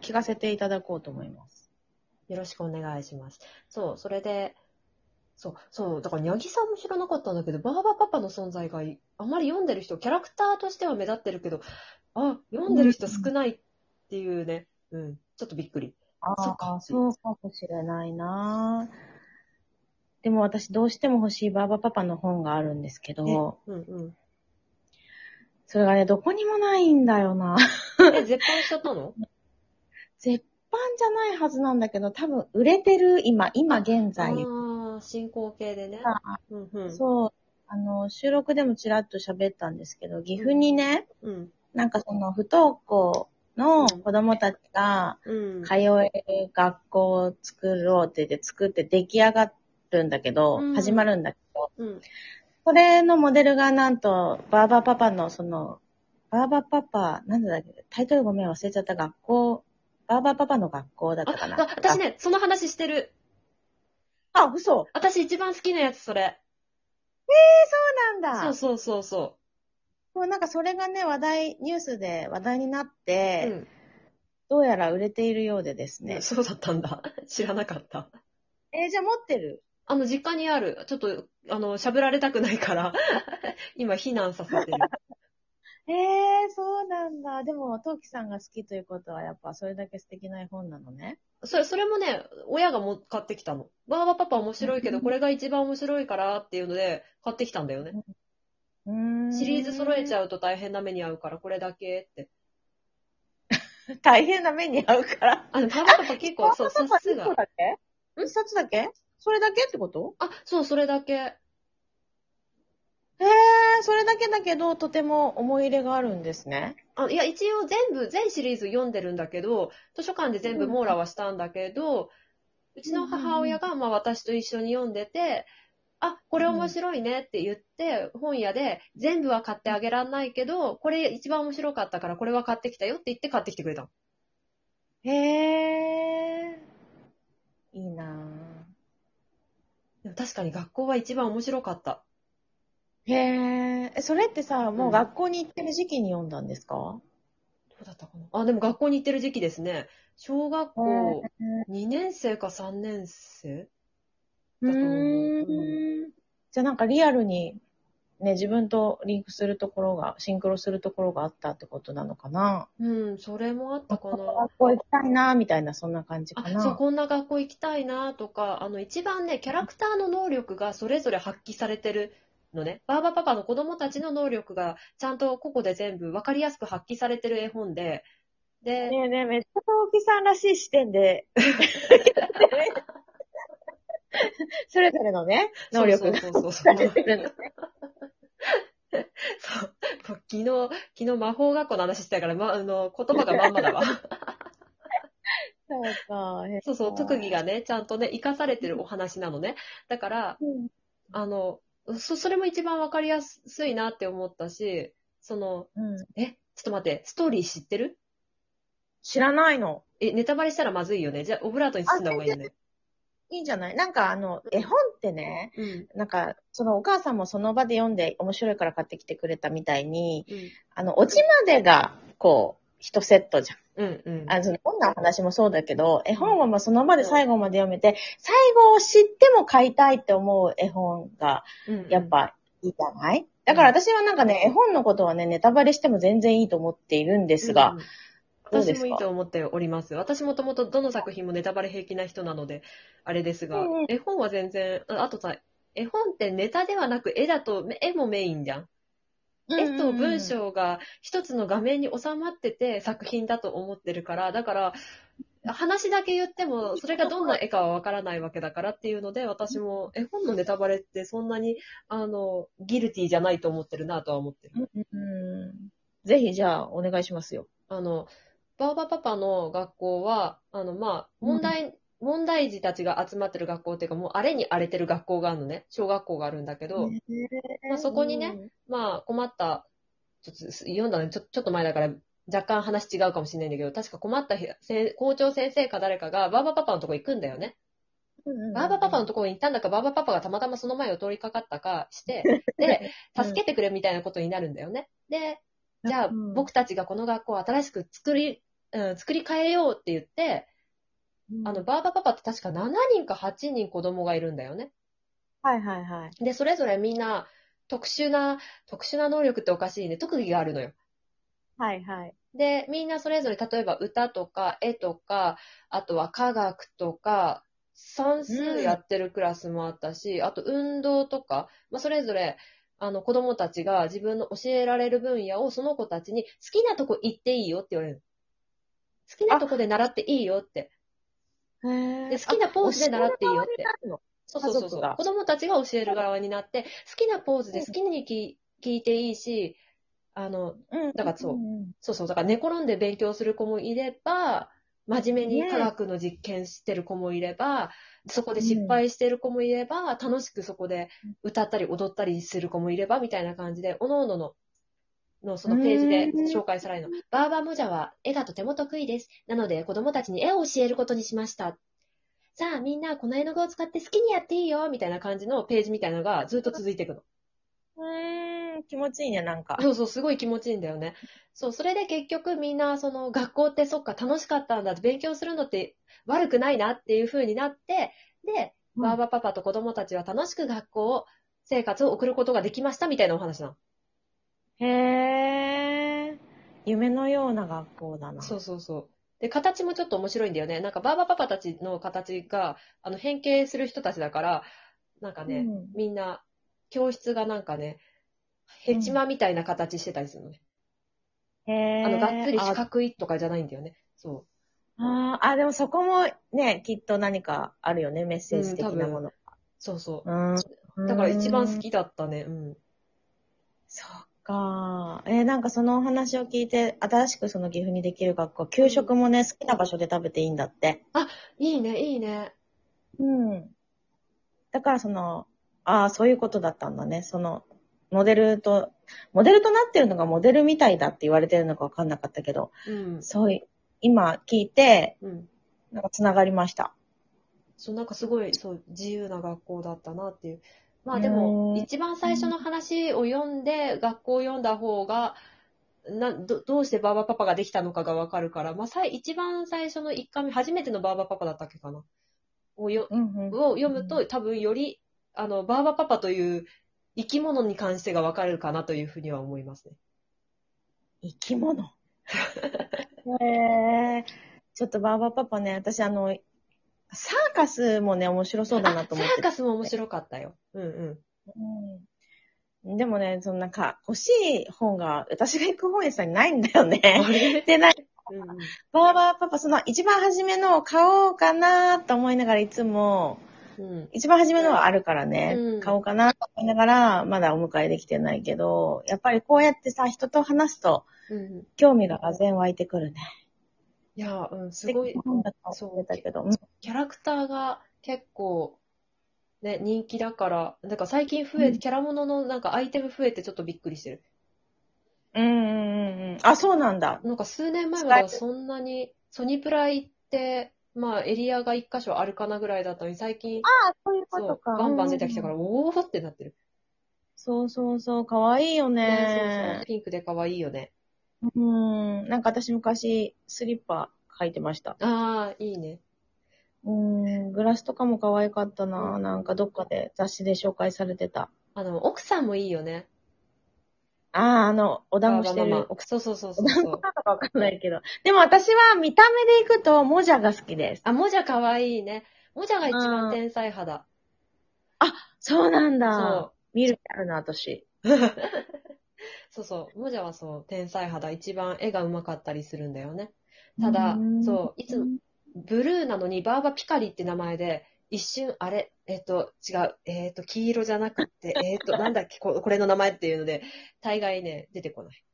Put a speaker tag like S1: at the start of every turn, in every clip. S1: 聞かせていただこうと思います。
S2: よろしくお願いします。そう、それで、そう、そう、だから、にゃぎさんも知らなかったんだけど、バーバパパの存在がい、あまり読んでる人、キャラクターとしては目立ってるけど、あ、読んでる人少ないっていうね、うん、ちょっとびっくり。ー
S1: そっかそうかもしれないなでも私どうしても欲しいバーバパパの本があるんですけど、
S2: うんうん。
S1: それがね、どこにもないんだよな。
S2: え、絶版しちゃったの
S1: 絶版じゃないはずなんだけど、多分売れてる今、今現在。
S2: ああ、進行形でね。うんうん。
S1: そう。あの、収録でもちらっと喋ったんですけど、岐阜にね、
S2: うん。
S1: なんかその不登校の子供たちが
S2: うん。
S1: 通える学校を作ろうって言って作って出来上がるんだけど、
S2: うん
S1: 始まるんだけど、
S2: うん。
S1: それのモデルがなんと、バーバパパのその、バーバパパ、なんだっけ、タイトルごめん忘れちゃった学校、バーバパパの学校だった
S2: あ、
S1: かな。
S2: あ私。ね、その話してる。
S1: あ、嘘
S2: 私一番好きなやつ、それ。
S1: そうなんだ
S2: そうそうそうそ
S1: もうなんかそれがね、話題、ニュースで話題になっ
S2: う。
S1: て、
S2: うん。
S1: どうやら売れているようでですね
S2: ね、。そうだったんだ。知らなかった。
S1: えーじゃあ持ってる
S2: あの、実家にある、ちょっと、あの、喋られたくないから、 今、避難させてる。
S1: ええそうなんだ。でも、トウキさんが好きということは、やっぱそれだけ素敵な絵本なのね。
S2: それ、それもね、親がもう買ってきたの。バーバパパ面白いけど、これが一番面白いからっていうので、買ってきたんだよね。
S1: うーん
S2: シリーズ揃えち
S1: ゃ
S2: ゃうと大変な目に遭うから、これだけって。
S1: う。大変な目に遭うから。
S2: あ、でもバーバパパ結構、そ う、
S1: パ
S2: 冊
S1: パ
S2: 数
S1: 一個
S2: が。
S1: だけ一冊だけそれだけってこと
S2: あ、そう、それだけ。
S1: ええそれだけだけど、とても思い入れがあるんですね。
S2: あいや、一応全部、全シリーズ読んでるんだけど、図書館で全部網羅はしたんだけど、うちの母親が、まあ私と一緒に読んでて、あ、これ面白いねって言って、本屋で、全部は買ってあげらんないけど、これ一番面白かったから、これは買ってきたよって言って買ってきてくれたの。
S1: へえいいなぁ。
S2: でも確かに学校は一番面白かった。
S1: へえ、それってさ、もううん学校に行ってる時期に読んだんですか、
S2: どうだったかなあ、でも学校に行ってる時期ですね。小学校2年生か3年生
S1: う
S2: だと思う
S1: ーん。じゃあなんかリアルに、ね、自分とリンクするところが、シンクロするところがあったってことなのかな
S2: うん、それもあったかな。
S1: 学校行きたいな、みたいな、そんな感じか
S2: あ、
S1: な。
S2: そう、こんな学校行きたいなとか、あの、一番ね、キャラクターの能力がそれぞれ発揮されてるのね。バーバパパの子供たちの能力が、ちゃんとここで全部分かりやすく発揮されてる絵本で、で、
S1: ねえねえ、めっちゃ大木さんらしい視点 で。それぞれのね、能力が。
S2: そうそうそうそう。
S1: てるんだ
S2: そう 昨日、昨日魔法学校の話してたから、ま、あの、言葉がまんまだ わ。
S1: そうか。へえ
S2: そうそう、特技がね、ちゃんとね、生かされてるお話なのね。だから、
S1: うん
S2: あの、そ、それも一番わかりやすいなって思ったし、その、
S1: うん。
S2: え、ちょっと待って、ストーリー知ってる
S1: 知らないの。
S2: え、ネタバレしたらまずいよね。じゃあ、オブラートに包んだ方がいいよね。
S1: いいんじゃないなんかあの、絵本ってね、
S2: うん。
S1: なんか、そのお母さんもその場で読んで面白いから買ってきてくれたみたいに、
S2: うん。
S1: あの、オチまでが、こう、一セットじゃん。
S2: うん。うん。
S1: あの、その、本の話もそうだけど、絵本はまあその場で最後まで読めて、最後を知っても買いたいって思う絵本が、
S2: うん
S1: やっ。ぱいいじゃないだから私はなんかね、絵本のことはね、ネタバレしても全然いいと思っているんですが、
S2: うん
S1: どうで
S2: 私
S1: す
S2: も
S1: か
S2: いいと思っております。私もともとどの作品もネタバレ平気な人なので、あれですが
S1: うんうん、
S2: 絵本は全然、ああとさ、絵本ってネタではなく絵だと、絵もメインじゃん。絵と文章が一つの画面に収まってて作品だと思ってるから、だから、話だけ言っても、それがどんな絵かはわからないわけだからっていうので、私も絵本のネタバレってそんなに、あの、ギルティじゃないと思ってるなとは思ってる。
S1: うん。ぜひじゃあ、お願いしますよ。
S2: あの、バーバパパの学校は、あの、まあ、問題、問題児たちが集まってる学校っていうか、もう荒れに荒れてる学校があるのね。小学校があるんだけど、まあそこにねまあ、困った、ちょっと読んだのちょちょっと前だから、若干話違うかもしれないんだけど、確か困ったひせん校長先生か誰かが、バーバパパのとこ行くんだよね。
S1: うんうん、
S2: バーバパパのとこに行ったんだか、バーバパパがたまたまその前を通りかかったかして、で、
S1: うん
S2: 助けてくれみたいなことになるんだよね。で、じゃあ
S1: うん、
S2: 僕たちがこの学校を新しく作り、うん、作り変えようって言って、あの、、バーバパパって確か7人か8人子供がいるんだよね。
S1: はいはいはい。
S2: で、それぞれみんな特殊な、特殊な能力っておかしいね。特技があるのよ。
S1: はいはい。
S2: で、みんなそれぞれ、例えば歌とか絵とか、あとは科学とか、算数やってるクラスもあったし、あと運動とか、まあ、それぞれ、あの、子供たちが自分の教えられる分野をその子たちに好きなとこ行っていいよって言われる。好きなとこで習っていいよって。
S1: へ
S2: で好きなポーズで習っていいよって
S1: の
S2: そうそうそう
S1: 家
S2: そ
S1: 族
S2: う
S1: が。
S2: 子供たちが教える側になって、好きなポーズで好きにき聞いていいし、あの、
S1: うん。
S2: だからそうんそうそう、だから寝転んで勉強する子もいれば、真面目に
S1: ねえ
S2: 科学の実験してる子もいれば、そこで失敗してる子もいれば、楽しくそこで歌ったり踊ったりする子もいれば、みたいな感じで、おのおのの、のそのページで紹介されるの。バーバーモジャは絵がとても得意です。なので子供たちに絵を教えることにしました。さあみんなこの絵の具を使って好きにやっていいよ、みたいな感じのページみたいなのがずっと続いていくの。
S1: へー気持ちいいね、なんか。
S2: そうそう、すごい気持ちいいんだよね。そう、それで結局みんな、その学校ってそっか楽しかったんだ、勉強するのって悪くないなっていう風になって、で、
S1: うん
S2: バーバパパと子供たちは楽しく学校を、生活を送ることができましたみたいなお話な
S1: へー夢のような学校だな。
S2: の。そうそうそう。で、形もちょっと面白いんだよね。なんかバーバパパたちの形が、あの、変形する人たちだから、なんかね、
S1: うん
S2: みんな、教室がなんかね、ヘチマみたいな形してたりするのね。
S1: へー
S2: あの、がっつり四角いとかじゃないんだよね。そう。
S1: あーあ、でもそこもね、きっと何かあるよね、メッセージ的なもの。
S2: そうそう。
S1: うん
S2: だから一番好。きだったね。うん。
S1: そっか。えーなんかそのお話を聞いて、新しくその岐阜にできる学校、給食もね、好きな場所で食べていいんだって。
S2: いいね、いいね。
S1: うん。だからその、ああ、そういうことだったんだね。その、モデルと、モデルとなってるのがモデルみたいだって言われてるのかわかんなかったけど、
S2: うん。
S1: そうい、今聞いて、
S2: うん。
S1: なんか繋がりました。
S2: そう、なんかすごい、そう、自由な学校だったなっていう。まあでも、
S1: うん
S2: 一番最初の話を読んで、学校を読んだ方が、などどうしてバーバパパができたのかがわかるから、まあさい一番最初の一回目、初めてのバーバパパだったっけかな。をよ
S1: うんうん。
S2: を読むと、多分より、あの、バーバパパという生き物に関してがわかるかなというふうには思いますね。
S1: 生き物。へえちょっとバーバパパね、私あの、サーカスもね、面白そうだなと思っ
S2: サ
S1: て
S2: ーカスも面白かったよ。うんうん。
S1: うんでもね、そのなんか、欲しい本が、私が行く本屋さんにないんだよ ね。
S2: あれ
S1: で、なん
S2: うんうん
S1: バーバーパパ、その一番初めのを買おうかなと思いながらいつも、
S2: うん
S1: 一番初めのはあるからね、
S2: うん
S1: 買おうかなと思いながら、まだお迎えできてないけど、やっぱりこうやってさ、人と話すと、
S2: うん
S1: 興味が全湧いてくるね。
S2: いや、うん、すごい
S1: 素敵な、本だと思ってたけど。うん
S2: キャラクターが結構、ね、人気だから、なんか最近増えて、
S1: うん
S2: キャラもののなんかアイテム増えてちょっとびっくりしてる。
S1: うんうんうんうん。あ、そうなんだ。
S2: なんか数年前まではそんなに、ソニプラ行って、まあエリアが一箇所あるかなぐらいだったのに、最近、
S1: あ、そういう
S2: そう、バンバン出てきたから、。おーってなってる。
S1: そうそうそう、かわいいよ
S2: ねそうそ
S1: ね
S2: う。ピンクで可愛いよね。
S1: うん。なんか私昔、スリッパ履いてました。
S2: あー、いいね。
S1: うん。グラスとかも可愛かったな。なんかどっかで雑誌で紹介されてた。
S2: あの、奥さんもいいよね。
S1: ああ、あの、お団子して
S2: わがまま
S1: る奥さ
S2: そうそうそうそ
S1: ん。お団子
S2: う そう。
S1: なのかわかんないけど。でも私は見た目でいくと、もじゃが好きです。
S2: あ、もじゃ可愛いね。もじゃが一
S1: う
S2: 番
S1: ん
S2: 天才肌。
S1: そうなん
S2: そう
S1: だ。見る気あるな、私。
S2: そうそう。もじゃはそう、天才肌、一番絵が上手かったりするんだよね。ただそういつもブルーなのに、バーバピカリって名前で、一瞬、あれ、えっ、と、違う、えっ、と、黄色じゃな くて、えっ、と、なんだっけこ、これの名前っていうので、大概ね、出てこない。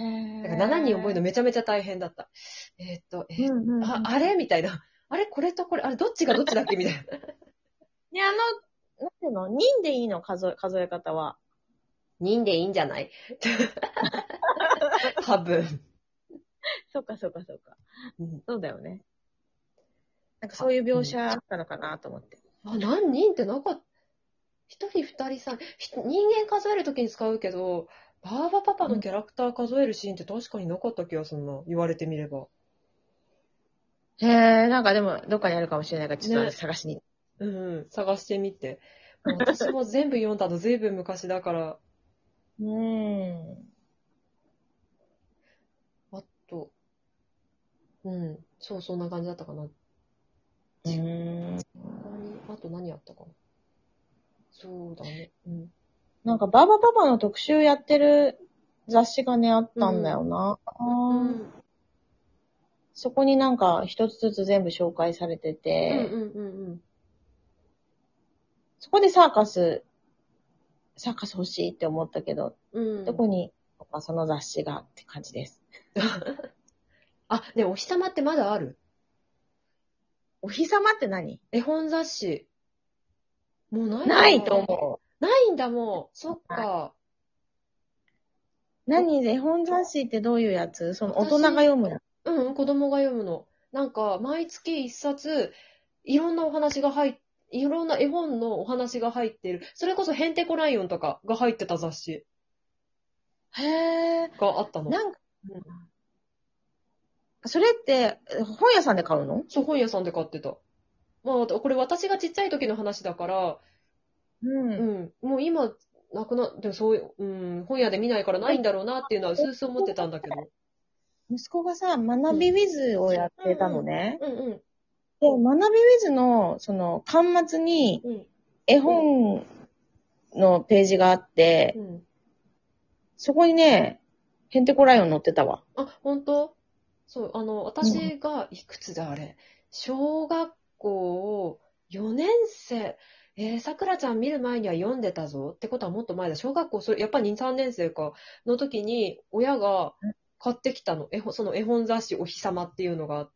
S1: へ
S2: だ
S1: え。
S2: から7人覚えるのめちゃめちゃ大変だった。えっ、と、えー
S1: うんうんうん
S2: あ、あれみたいな。あれこれとこれ、あれどっちがどっちだっけみたいな。
S1: ね、あの、なんていうの人でいいの数え、数え方は。
S2: 人でいいんじゃない 多分。
S1: そっかそっかそっか。
S2: うん
S1: そうだよね。なんかそういう描写あったのかなと思って。
S2: あ、何人ってなかった。一人、二人、三人。人間数えるときに使うけど、バーバパパのキャラクター数えるシーンって確かになかった気がするな。言われてみれば。
S1: へえ、なんかでも、どっかにあるかもしれないから、ちょっ
S2: ね
S1: と探しに。
S2: うん、探してみて。もう私も全部読んだの随分昔だから、
S1: うん。
S2: あと、うん、そう、そんな感じだったかな。
S1: うん。
S2: 他に、あと何やったかな。そうだね。うん。
S1: なんか、バーバパパの特集やってる雑誌がね、あったんだよな。
S2: うん、
S1: そこになんか、一つずつ全部紹介されて
S2: うん、う
S1: て、
S2: ん、うん
S1: そこでサーカス、サーカス欲しいって思ったけど、
S2: うん。うん。
S1: どこに、まあその雑誌がって感じです。
S2: あ、ね、お日様ってまだある
S1: お日様って何
S2: 絵本雑誌。もうないのか
S1: ないと思う。
S2: ないんだもう。そっか。
S1: 何絵本雑誌ってどういうやつその大人が読むやつ。
S2: うん、子供が読むの。なんか、毎月一冊、いろんなお話が入っ、いろんな絵本のお話が入ってる。それこそヘンテコライオンとかが入ってた雑誌
S1: へえ。
S2: があったの。
S1: なんか、それって、本屋さんで買うの
S2: そう、本屋さんで買ってた。まあ、これ私がちっちゃい時の話だから、
S1: う
S2: う。ん、もう今、なくな、でもそういう、うん、本屋で見ないからないんだろうなっていうのは、数々思ってたんだけど。
S1: 息子がさ、学びウィズをやってたのね。
S2: うんうん、
S1: で、学びウィズの、その、端末に
S2: うん、
S1: 絵本のページがあって、
S2: うん。
S1: そこにね、ヘンテコライオン載ってたわ。
S2: あ、本当そう、あの、私が、いくつだ、あれ。小学校4年生。えー、桜ちゃん見る前には読んでたぞ。ってことはもっと前だ。小学校、それ、やっぱり2、3年生か。の時に、親が買ってきたの。絵本、その絵本雑誌、お日様っていうのがあっ